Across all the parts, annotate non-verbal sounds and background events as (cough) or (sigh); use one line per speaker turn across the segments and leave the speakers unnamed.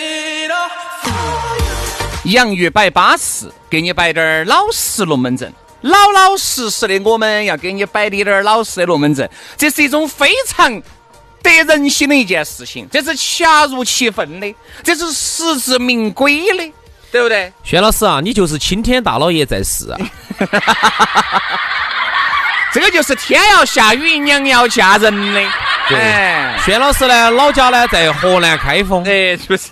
it all.
洋芋摆巴适，给你摆点儿老实龙门阵。老老实实的，我们要给你摆的点儿老实的龙门阵，这是一种非常得人心的一件事情，这是恰如其分的，这是实至名归的，对不对？
轩老师啊，你就是青天大老爷在世啊！
这个就是天要下雨，娘要嫁人的，哎，
轩老师呢，老家呢在河南开封，
哎，是不是？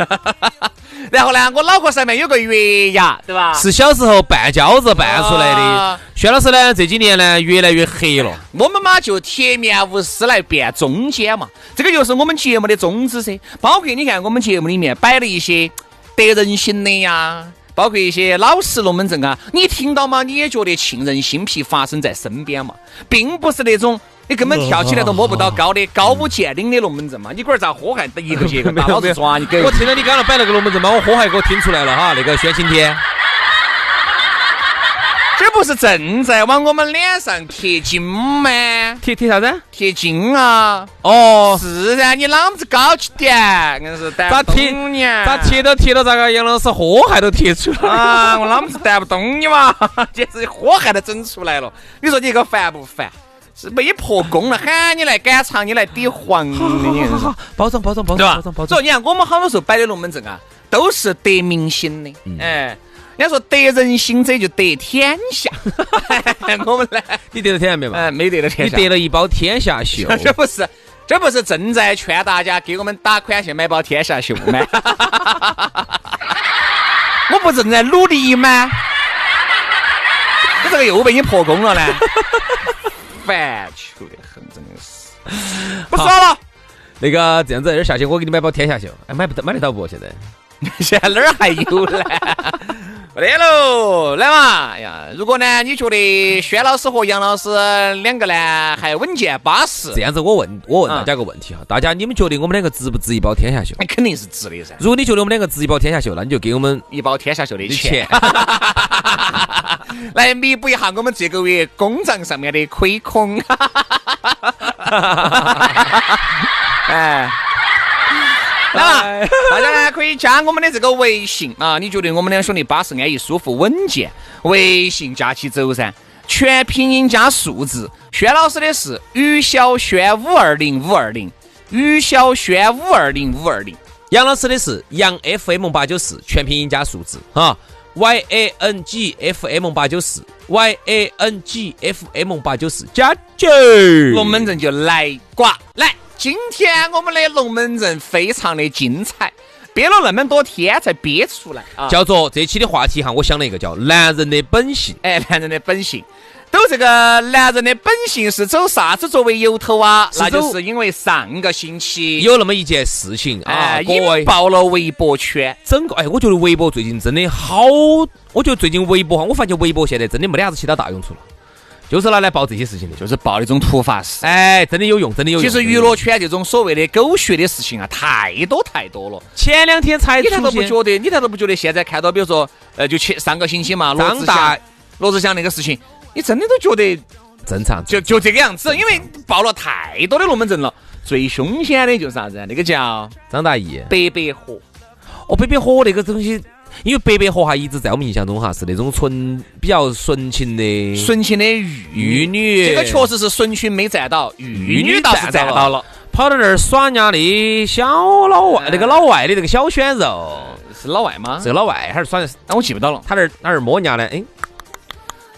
(laughs) 然后呢，我脑壳上面有个月牙，对吧？
是小时候拌饺子拌出来的
啊。
轩老师呢，这几年呢越来越黑了。
我们嘛就铁面无私来辨中间嘛，这个就是我们节目的宗旨噻。包括你看我们节目里面摆了一些得人心的呀，包括一些老实龙门阵啊，你一听到嘛，你也觉得沁人心脾，发生在身边嘛，并不是那种。你根本跳起来都摸不到高的、高屋建瓴的龙门阵嘛！你龟儿咋喝还一个接一个，把老子抓你狗！
我听到你刚刚摆那个龙门阵嘛，我火还给我听出来了哈，那个轩青天。
这不是正在往我们脸上贴金吗？
贴贴啥子？
贴金啊！
哦，
是噻，你啷么子高级点？硬是担
咋
不
贴
动你？
咋贴都贴到咋个？杨老师火还都贴出来了。
啊？我啷么子担不动你嘛？ (laughs) 简直火还都整出来了。你说你这个烦不烦？是没破功了，喊你来赶场，你来抵黄的，你硬是
包装包装包
对吧
装包装包？
所
装。
以你看，我们好多时候摆的龙门阵啊，都是得民心的，
嗯
哎。人家说得人心者就得天下， (laughs) 哎我们呢，
(laughs) 你得到天下没嘛？
哎，没得了天
你
下，
得了一包天下秀。
(laughs) 这不是，这不是正在劝大家给我们打款去买包天下秀吗？ (laughs) 我不正在努力吗？我这个又被你破功了呢， (laughs) 烦球的很，真的是。不说了，
那个这样子，这儿下去我给你买包天下秀。哎，买不到买得到不？现在？
(laughs) 现在哪儿还有 (laughs) 呢？没得喽，来嘛！哎呀，如果呢，你觉得轩老师和杨老师两个呢还稳健巴适
这，样子，我问我问大家个问题哈，大家你们觉得我们两个值不值一包天下秀？
肯定是值的噻。
如果你觉得我们两个值一包天下秀，那你就给我们
一包天下秀的
的
钱
钱。。
来弥补一下我们这个月公账上面的亏空。 (laughs) 哎。来嘛，大家呢可以加我们的这个微信啊！你觉得我们两兄弟巴适、安逸、舒服、稳健，微信加起走噻，全拼音加数字。轩老师的是于小轩五二零五二零，于小轩五二零五二零。
杨老师的是杨 FM 八九四，全拼音加数字哈，Y A N G F M 八九四，Y A N G F M 八九四加九。
龙门阵就来挂来。今天我们的龙门阵非常的精彩，憋了那么多天才憋出来啊！
叫做这期的话题哈，我想了一个叫“男人的本性
哎，男人的本性，都这个男人的本性是走啥子作为由头啊？
是
那就
走
是因为上个星”，期
有那么一件事情啊，
哎
各
引
位
爆了微博圈，
整个哎，我觉得微博最近真的好，我觉得最近微博哈，我发现微博现在真的没得啥子其他大用处了，就是拿来报这些事情的。
就是爆那种突发事。
哎，真的有用，真的有用。
其实
真的
娱
有
乐
用
圈这种所谓的狗血的事情啊，太多太多了。
前两天才
你难
出
道不
现
觉得？你难道不觉得现在看到，比如说，呃，就前上个星期嘛，罗
张
志
大
祥，罗志祥那个事情，你真的都觉得
正常，
就就这个样子，因为爆了太多的龙门阵了。最凶险的就是啥子啊？那个叫
张大奕。
白百合，
哦，白百合那个东西，因为白百合哈一直在我们印象中哈是那种纯比较纯情的，
纯情的玉
玉女
这个确实是纯情没占到，玉
玉
女
女
倒是
占
占
到
到了。
跑到那儿耍人家的小老外，那个老外的那个小鲜肉，
是老外吗？
这个老外还是耍的，
但我记不到了。
他那儿他那儿摸人家的，哎，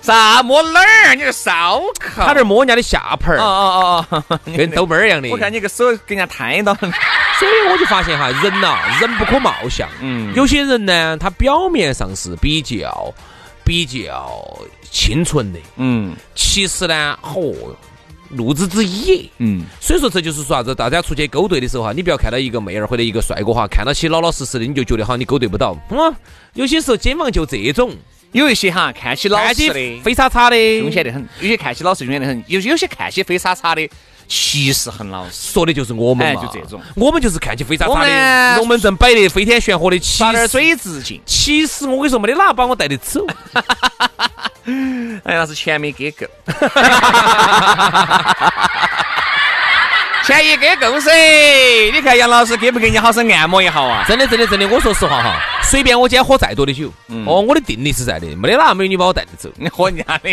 啥摸哪儿？你个烧烤？
他那儿摸人家的下盘
哦
儿，
哦哦哦，
(laughs) 跟
都。
逗妹儿一样的。
(laughs) 我看你个手给人家摊到了。
所以我就发现哈，人呐、人不可貌相。
嗯
有些人呢，他表面上是比较比较清纯的，
嗯
其实呢，嚯、路子之野。
嗯，
所以说这就是说啥子，大家出去勾兑的时候哈，你不要看到一个妹儿或者一个帅哥哈，看到起老老实实的，你就觉得哈你勾兑不到。嗯，有些时候哎肩膀就这种，
有一些哈看起老
看
实
起
的，
肥叉叉的，
凶险的很；有些看起老实，凶险的很；有些有些看起飞沙沙的，其实很老实。
说的就是我们嘛。
哎就这种，
我们就是看起肥叉
我
叉
们
的，龙门阵摆的飞天玄火的，其
耍点
实
儿水自尽，
其实我跟你说，没得哪把我带得走。
哎，那是钱没 (laughs) 给够，钱一给够噻。你看杨老师给不给你好生按摩一下啊？
(laughs) 真的，真的，真的，我说实话哈，随便我今天喝再多的酒，哦，我的定力是在的，没得哪美女把我带得走。
你喝人家的，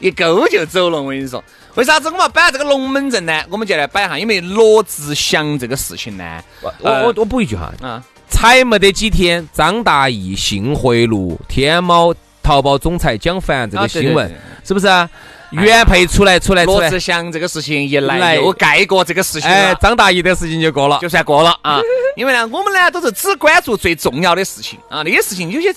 一勾就走了。我跟你说，为啥子我们要摆这个龙门阵呢？我们就来摆一下，因为罗志祥这个事情呢，
我
呃
我我补一句哈，
啊，
才没得几天，张大奕性贿赂天猫淘宝总裁蒋凡这
啊
个
对
新
对
闻
对，
是不是啊？原配出来，出来，出
罗
来
志，祥这个事情一来
来
又盖过这个事情
哎
了，，
张大奕的事情就过了。
(laughs) 就算过了啊。因为呢，我们呢都是只关注最重要的事情啊，那些事情有些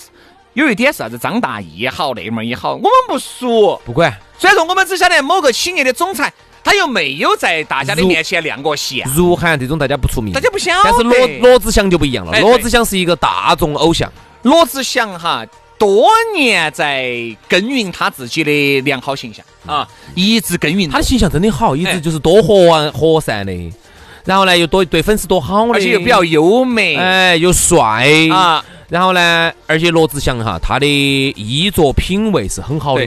有一点是啥子张大奕也好，那门儿也好，我们不熟。
不管，
虽然说我们只晓得某个企业的总裁，他又没有在大家的面前亮过相，
如涵这种大家不出名，
大家不晓得。
但是罗罗志祥就不一样了，
哎
罗
对嗯
志祥是一个大众偶像，
罗志祥哈，多年在耕耘他自己的良好形象啊，一直耕耘
他
着，
的形象真的好，一
哎
直就是多和啊和善的，然后呢又多对粉丝多好的，
而且又比较优美
哎，又帅啊。
啊。
然后呢，而且罗志祥哈，他的衣着品味是很好的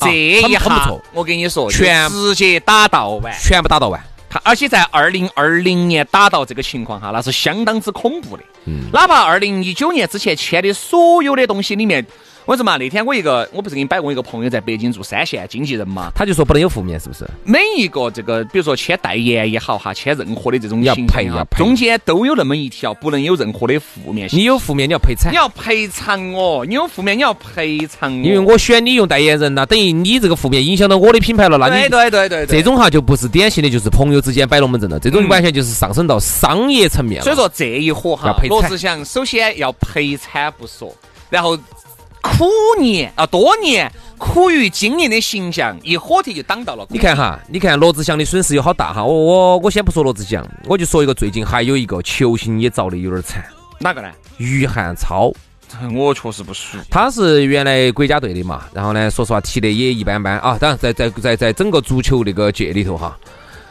对，这一
啊很很不
下
错，
我跟你说，
全
就直接打到完。
全部打到完。
他而且在二零二零年打到这个情况哈，那是相当之恐怖的。
嗯
哪怕二零一九年之前签的所有的东西里面，我说嘛，那天我一个，我不是给你摆过一个朋友在北京做三线经纪人嘛，
他就说不能有负面，是不是？
每一个这个，比如说签代言也好哈，签任何的这种
要
形
赔
象哈
要赔
中间都有那么一条，不能有任何的负面信息。
你有负面，你要赔惨
你。要赔偿我，你有负面你要赔偿哦我，
因为我选你用代言人了，等于你这个负面影响到我的品牌了，那
哎对
你
对对对对
这种哈就不是典型的，就是朋友之间摆龙门阵了，这种
嗯
完全就是上升到商业层面了。
所以说这一伙
要
哈
赔，
罗
惨
志祥首先要赔惨不说，然后苦年啊多年苦于经营的形象一火贴就挡到了。
你，看哈，你看罗志祥的损失有好大哈。我我我先不说罗志祥，我就说一个最近还有一个球星也遭的有点惨，
哪个呢？
于汉超。
我确实不熟。
他是原来国家队的嘛，然后呢，说实话踢得也一般般啊。当然在，在在在整个足球那个界里头哈，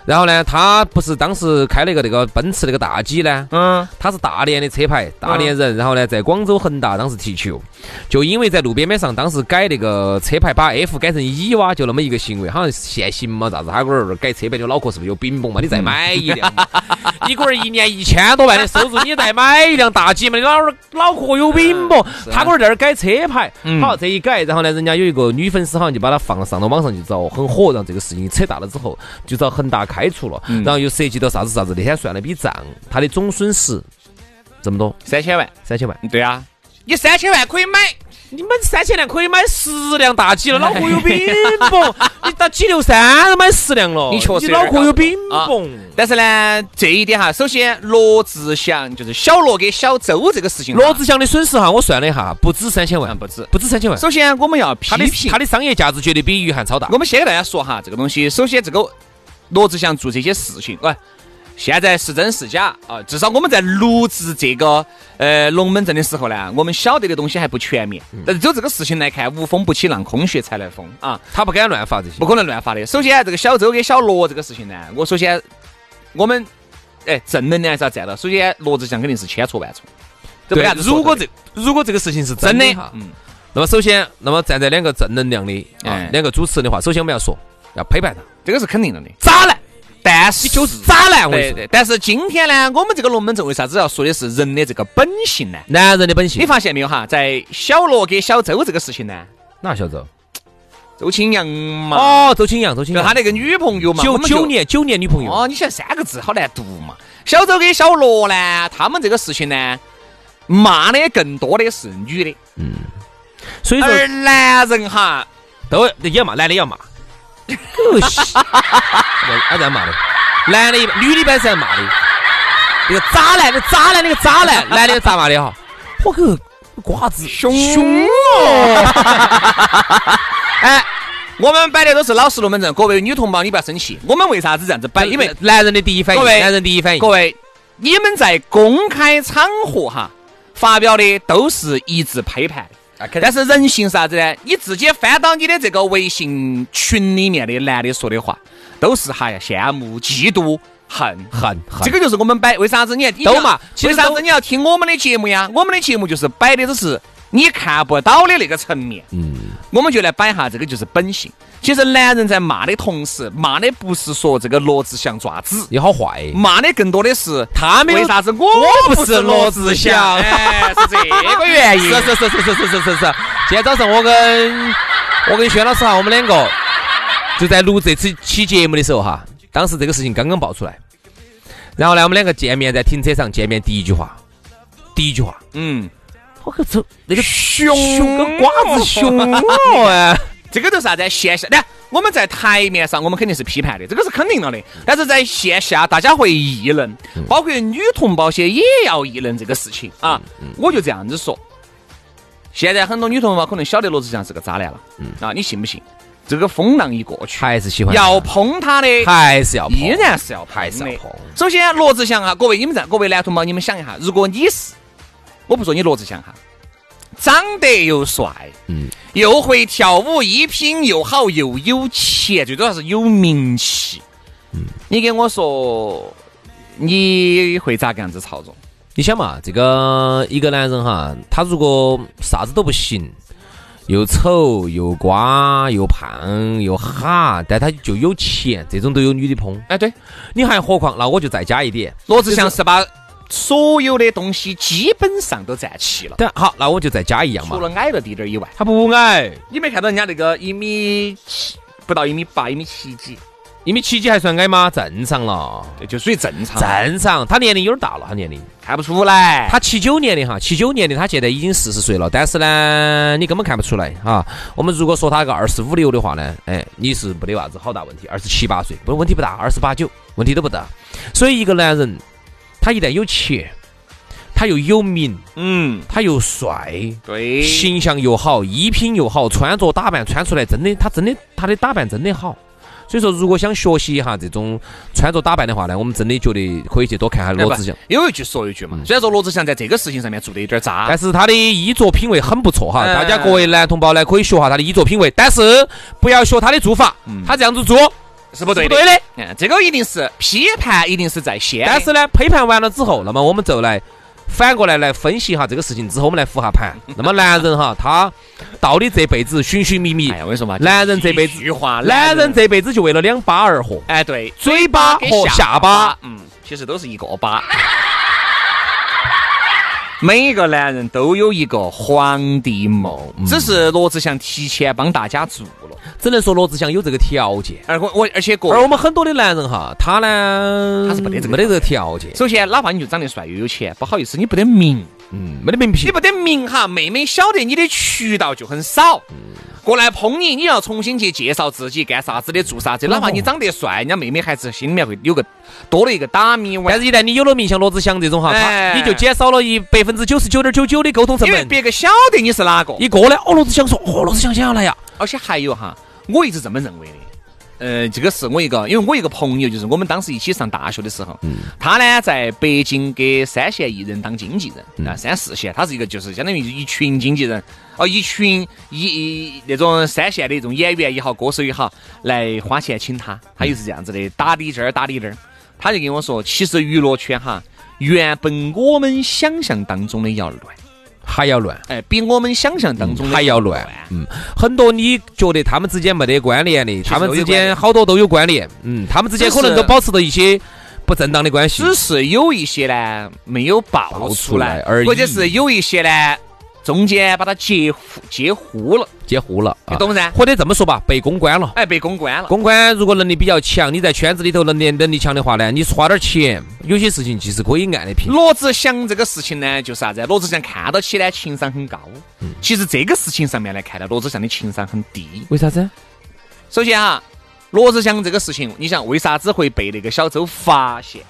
然后呢，他不是当时开了一个那个奔驰那个大 G 呢，
嗯，
他是大连的车牌，大连人，然后呢，在广州恒大当时踢球，就因为在路边边上当时改那个车牌，把 F 改成 E 哇，就那么一个行为，好像限行嘛，啥子？他龟儿改车牌就脑壳是不是有病崩嘛？你再买一辆嘛，你龟儿一年一千多万的收入，你再买一辆大 G 嘛？你脑儿脑壳有病不？他龟儿在那儿改车牌，好这一改，然后呢，人家有一个女粉丝好像就把他放上到网上去找，很火，让这个事情扯大了之后，就遭恒大开除了，然后又涉及到啥子啥子，那天算了笔账，他的总损失。这么多，
三千万，
三千万。
对啊，你三千万可以买，
你们三千辆可以买十辆大 G (laughs) 了，脑壳有病 (laughs) 不？你到 G 六三都买十辆了，
你确实
脑壳有病
啊
不？
但是呢，这一点哈，首先罗志祥就是小罗跟小周这个事情哈，
罗志祥的损失哈，我算了一下，不止三千万
嗯，不止。
不止三千万。
首先我们要批
他的
评
他的商业价值绝对比于汉超大
我。们先给大家说哈，这个东西，首先这个罗志祥做这些事情，喂、现在是真是假啊？至少我们在录制这个呃龙门阵的时候呢，我们晓得的东西还不全面。
嗯
但是就这个事情来看，无风不起浪，空穴才来风啊，
他不敢乱发这些
不。可能乱发的。首先，啊这个小周跟小罗这个事情呢，我首先我们哎正能量还是要站到。首先，罗志祥肯定是千错万错，这没
对
啥，子说
如果
的
这如果这个事情是
真
真的
的
哈，，
嗯，
那么首先，那么站在两个正能量的啊
哎
两个主持人的话，首先我们要说要批判他
这个是肯定的的。
渣男，
但是
你就是渣男，我跟
对
你说，
对，但是今天呢，我们这个龙门阵为啥子要说的是人的这个本性
嗯
呢？
男人的本性
你。发现没有哈，在小罗跟小周这个事情呢，
哪小周？
周青阳嘛，
哦，周青阳，周青
就
阳，
他那个女朋友嘛，
九
我们就
九年九年女朋友，
哦，你想三个字好难读嘛。小周跟小罗呢，他们这个事情呢，骂的更多的是女的，
所以说
而男人哈，
都也要骂，男的也要
(laughs)
骂，狗屁，他在骂的，男的一般女的一般是要骂的，那个渣男的渣男那个渣男，男的咋骂的哈？我个瓜子凶
啊
凶啊
哎，我们摆的都是老实龙门阵。各位女同胞，你不要生气，我们为啥子这样子摆？因为
哎男人的第一反应，
各位
男人第一反应
各，位，你们在公开场合哈发表的都是一致批判
啊
的，但是人性是啥子呢？你自己翻到你的这个微信群里面的男的说的话，都是哈呀羡慕、嫉妒、恨。
很很
这个就是我们摆，为啥子你看
都嘛其
为
实
啥
都
子你要听我们的节目呀？我们的节目就是摆的都是你看不到的那个层面。嗯，我们就来摆一下这个就是本性。其实男人在骂的同时，骂的不是说这个骡子像爪子，
你好坏，
骂的更多的是
他没有
为啥子我
我
不
不
是
是
骡
骡
子
子
像？
像
(laughs) 哎，是这个原因。
是是是是是是是是。今天早上我跟我跟轩老师哈，我们两个就在录这次期节目的时候哈，当时这个事情刚刚爆出来，然后呢，我们两个见面在停车场见面，第一句话，第一句话，
嗯，
我靠，走那个
熊
熊啊跟
(laughs)
瓜子熊哦哎，
这个都是啥子线下？那我们在台面上，我们肯定是批判的，这个是肯定了的。但是在线下，大家会议论，包括女同胞些也要议论这个事情啊。我就这样子说，现在很多女同胞可能晓得罗志祥是个渣男了，啊，你信不信？这个风浪一过去，
还是喜欢
要碰他的，
还是要碰
依然是要碰的
还是要碰
首先，罗志祥啊，各位你们在，各位男同胞，你们想一下，如果你是，我不说你罗志祥哈，长得又帅，嗯，又会跳舞，一品又好，又有钱，最主要是有名气。嗯，你给我说，你会咋个样子操作？
你想嘛，这个一个男人哈，他如果啥子都不行，又丑又瓜又胖又哈，但他就有钱，这种都有女的捧。
哎，对，
你还何况，那我就再加一点。
罗志祥是把所有的东西基本上都占齐了，
但好，那我就再加一样
除
嘛。
了矮了滴点儿以外，
他不矮，
你没看到人家那个一米七，不到一米八，一米七几，
一米七几还算矮吗？正常了，
对就属于正常。
正常。他年龄有点大了，他年龄，
看不出来。
他七九年的哈，七九年的他现在已经四十岁了，但是呢，你根本看不出来哈。我们如果说他个二十五六的话呢，哎，你是没得啥子好大问题。二十七八岁不问题不大，二十八九问题都不大。所以一个男人，他一旦有钱，他又有名，
嗯，
他又帅，
对，
形象又好，衣品又好，穿着打扮穿出来真的，他真的他的打扮真的好。所以说，如果想学习一下这种穿着打扮的话呢，我们真的觉得可以去多看下罗志祥。
哎
嗯
有一句说一句嘛。虽然说罗志祥在这个事情上面做的有点渣，
但是他的衣着品味很不错哈，
嗯
大家各位男同胞呢可以学下他的衣着品味，但是不要学他的做法，他这样子做
是嗯不
是
对
不
的。
对的。
嗯，这个一定是批判，一定是在先的。
但是呢，批判完了之后，那么我们就来反过来来分析一下这个事情之后，我们来复下 (laughs) 盘。那么男人哈，他到底这辈子寻寻觅觅
哎，呀，我跟你说嘛，
男人这辈子
一句话，
男人这辈子就为了两巴而活，
哎对，
嘴巴
跟
和下巴，，
嗯，其实都是一个巴。 (laughs) 每一个男人都有一个皇帝梦，
嗯
只是罗志祥提前帮大家做了。
只能说罗志祥有这个条件。
而我我而且各
而
位，
我们很多的男人哈，他呢，
他是没得这个
没得这个条件，
首先哪怕你就长得帅又有钱，不好意思，你不得名。
嗯，没得名
你
片。
不得名哈，妹妹晓得你的渠道就很少，过来碰你，你要重新去介绍自己干啥子的，做啥子，哪怕你长得帅，人家妹妹还是心里面会有个多了一个打米碗
但。是，一旦你有了名，像罗志祥这种哈，
哎
他你就减少了一百分之九十九点九九的沟通成
因为
本。
别个晓得你是哪个，
一过来，哦，罗志祥说，哦，罗志祥想要来呀，
而且还有哈，我一直这么认为的。呃，这个是我一个，因为我一个朋友，就是我们当时一起上大学的时候，
嗯
他呢在北京给三线艺人当经纪
嗯
人，啊，三四线，他是一个就是相当于一群经纪人，哦，一群一一那种三线的这种演员也好，歌手也好，来花钱请
嗯
他，他又是这样子的，打的这儿打的那儿，他就跟我说，其实娱乐圈哈，原本我们想象当中的要乱，
还要乱，
哎，比我们想象当中的
还要乱。嗯，很多你觉得他们之间没得关联的，他们之间好多都有关联。嗯，他们之间可能都保持着一些不正当的关系。
只是有一些呢没有爆
爆
出
出
来
来而已
或者是有一些呢中间把它截胡截糊了，
截胡了，
你
啊
懂噻？
或者这么说吧，被公关了。
哎，被公关了。
公关如果能力比较强，你在圈子里头能力能力强的话呢，你花点钱，有些事情其实可以按的平。
罗志祥这个事情呢，就是啥子？啊罗志祥看到起呢，情商很高。
嗯
其实这个事情上面来看呢，罗志祥的情商很低。
为啥子？
首先哈，罗志祥这个事情，你想为啥子会被那个小周发现？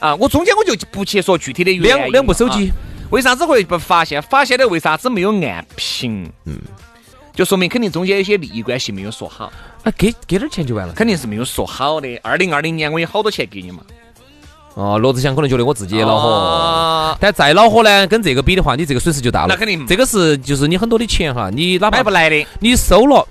啊，我中间我就不去说具体的原因了
嗯两两部手机
啊为啥子会被发现？发现了为啥子没有按屏？嗯，就说明肯定中间有些利益关系没有说好，
啊，给给点钱就完了。
肯定是没有说好的。二零二零年我有好多钱给你嘛，
哦，罗志祥可能觉得我自己也恼火。
啊
但再恼火呢，跟这个比的话，你这个损失就大了。
那肯定
这个是就是你很多的钱哈，你哪怕
买不来的。
你收了，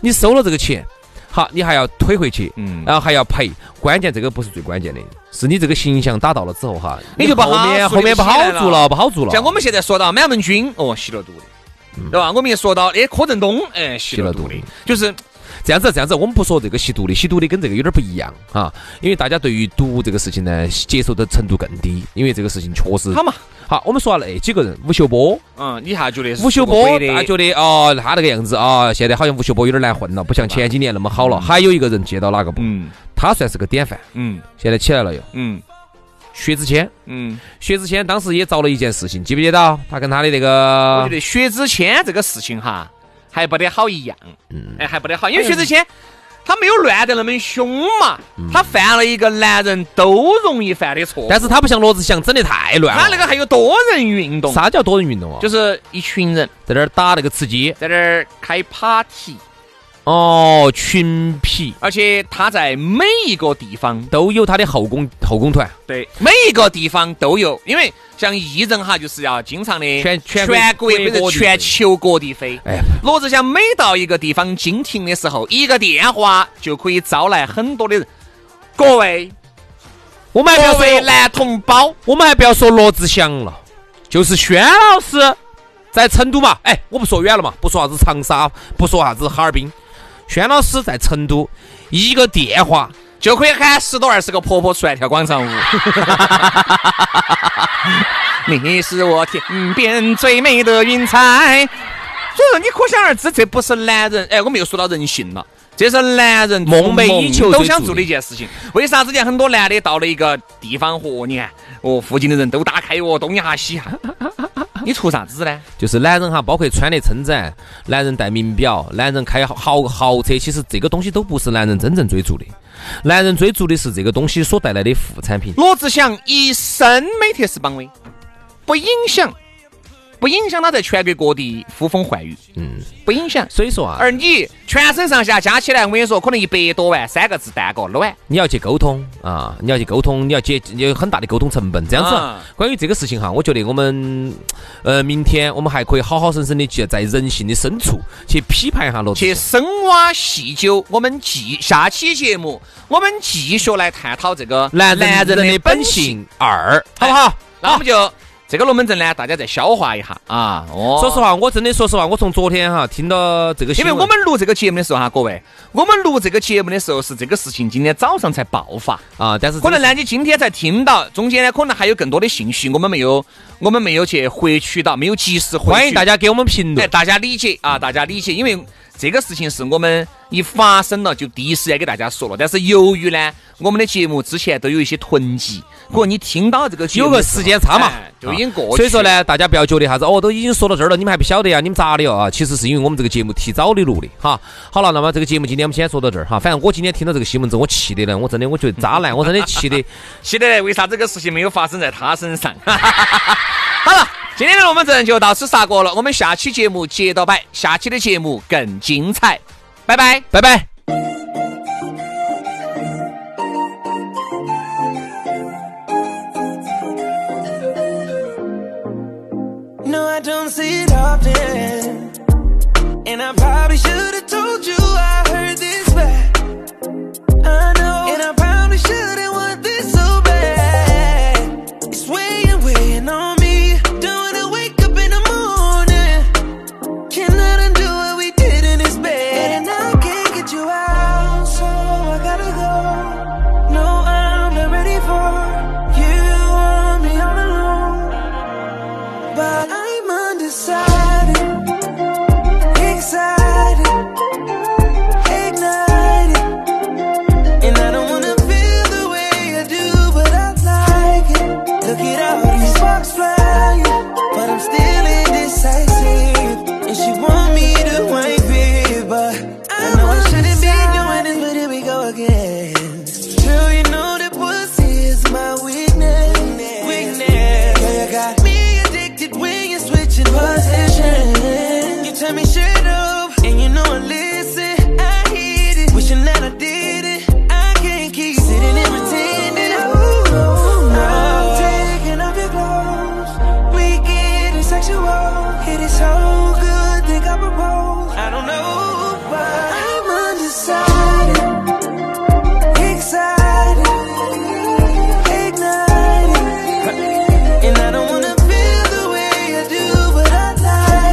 你收了这个钱，好，你还要退回去，
嗯
然后还要赔。关键这个不是最关键的，是你这个形象打到了之后哈，
你就不好
后面
处
后
理
面
不
不
起
好
来
做了，不好做了。
像我们现在说到满文军，哦，吸了毒的，对吧？我们也说到，哎，柯震东，哎，吸了毒的
嗯吸了，
就是
这样子，这样子，我们不说这个吸毒的，吸毒的跟这个有点不一样啊，因为大家对于毒这个事情呢，接受的程度更低，因为这个事情确实
他嘛，
好。我们说了那哎几个人，吴秀波，
嗯，你一下觉得是
吴秀
个
波，
鬼
大家
的，
觉得哦，他那个样子啊、现在好像吴秀波有点难混了，不像前几年那么好了。还有一个人接到哪个不？
嗯
他算是个典范，
嗯
现在起来了又。
嗯
薛之谦，
嗯，
薛之谦当时也遭了一件事情，记不记得到？他跟他的那
我
个
觉得薛之谦这个事情哈，还不得好一样，
嗯
哎，还不得好，因为薛之谦。他没有乱得那么凶嘛，他犯了一个男人都容易犯的错，
嗯但是他不像罗志祥，整的太乱了。
他那个还有多人运动，
啥叫多人运动啊？就
就是一群人
在那儿打那个吃鸡，
在那儿开 party，
哦，群批
而且他在每一个地方
都有他的后宫后宫团，
对，每一个地方都有，因为像艺人哈，就是要经常的
全全
全
国
国或
各
者
地
全球各地飞。
哎，
罗志祥每到一个地方经停的时候，一个电话就可以招来很多的人。各位，
我们还
各
不要
位
说，
男同胞，
我们还不要说罗志祥了，就是轩老师在成都嘛，哎，我不说远了嘛，不说啥子长沙，不说啥子哈尔滨，轩老师在成都一个电话，
就可以喊十多二十个婆婆出来跳广场舞。 (laughs) 你是我天边最美的云彩。所以说，你可想而知，这不是男人。哎，我们又说到人性了，这是男人
梦寐以求
都
最
想
做
做
的
的一件事情。为啥之前很多男的到了一个地方，嚯，你看，哦，附近的人都打开哦，东一下西一下， (laughs) 你图啥子呢？
就是男人哈，包括穿得称赞，男人戴名表，男人开豪豪车，其实这个东西都不是男人真正追逐的，男人追逐的是这个东西所带来的副产品。
罗志祥一生美特斯邦威，不影响，不影响他在全国各地呼风唤雨，
嗯，
不影响。
所以说啊，
而你全身上下加起来，我跟你说，可能一百多万，三个字蛋个卵。
你要去沟通啊，你要去沟通，你要解有很大的沟通成本。这样子啊、
啊
关于这个事情哈，我觉得我们呃，明天我们还可以好好生生的去在人性的深处去批判一下罗志
去
祥。
深挖细究，我们继下期节目，我们继续来探讨这个
男人
男人
人
的
的本
本性，哎哦
性二，好不好？
那我们就这个龙门阵呢，大家再消化一下啊。哦，
说实话，我真的说实话，我从昨天哈听到这个新
因为
闻，
我们录这个节目的时候哈、各位，我们录这个节目的时候是这个事情今天早上才爆发，
啊，但是
可能
呢，
呢你今天才听到，中间呢可能还有更多的信息我们没有，我们没有去获取到，没有及时获取。
欢迎大家给我们评
哎，
论。
大家理解啊，大家理解，因为这个事情是我们一发生了就第一时间给大家说了，但是由于呢，我们的节目之前都有一些囤积，可能你听到这个节目
嗯有个时间差嘛啊
哎，就已经过去了
所以说，呢，大家不要觉得啥子哦，都已经说到这儿了，你们还不晓得呀？你们咋的哟啊？其实是因为我们这个节目提早的录的哈。好了，那么这个节目今天我们先说到这儿哈。反正我今天听到这个新闻之后，我气的呢，我真的我觉得渣男，我真的气的。
现在为啥这个事情没有发生在他身上？ (laughs) 好了，今天的龙门阵就到此杀过了，我们下期节目接着摆，下期的节目更精彩，拜拜，拜拜。
No, I don't see it often. And I probably should have told you I heard this back. I know. And I probably shouldn't want this so bad. It's weighing, weighing on me. Don't wanna wake up in the morning. Cannot undo what we did in this bed. And I can't get you out, so I gotta go. No, I'm not ready for you. Want me all alone but I'm undecided.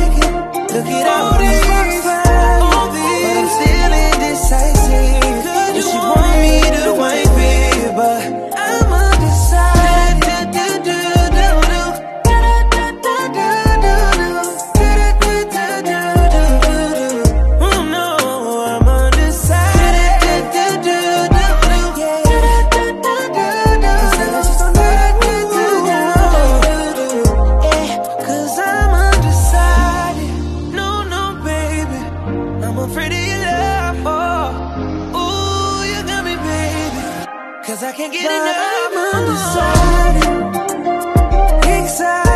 all these things, but I'm still indecisive. And she want me to wipe it, but I'm undecided. Do-do-do-do-do. Do-do-do-do-do. Oh, no, I'm undecided. Do-do-do-do-do. Cause I'm undecided. No, no, baby. I'm afraid of your love. Oh, ooh, you got me, baby. Cause I can't get enough. I'm undecided. Excited.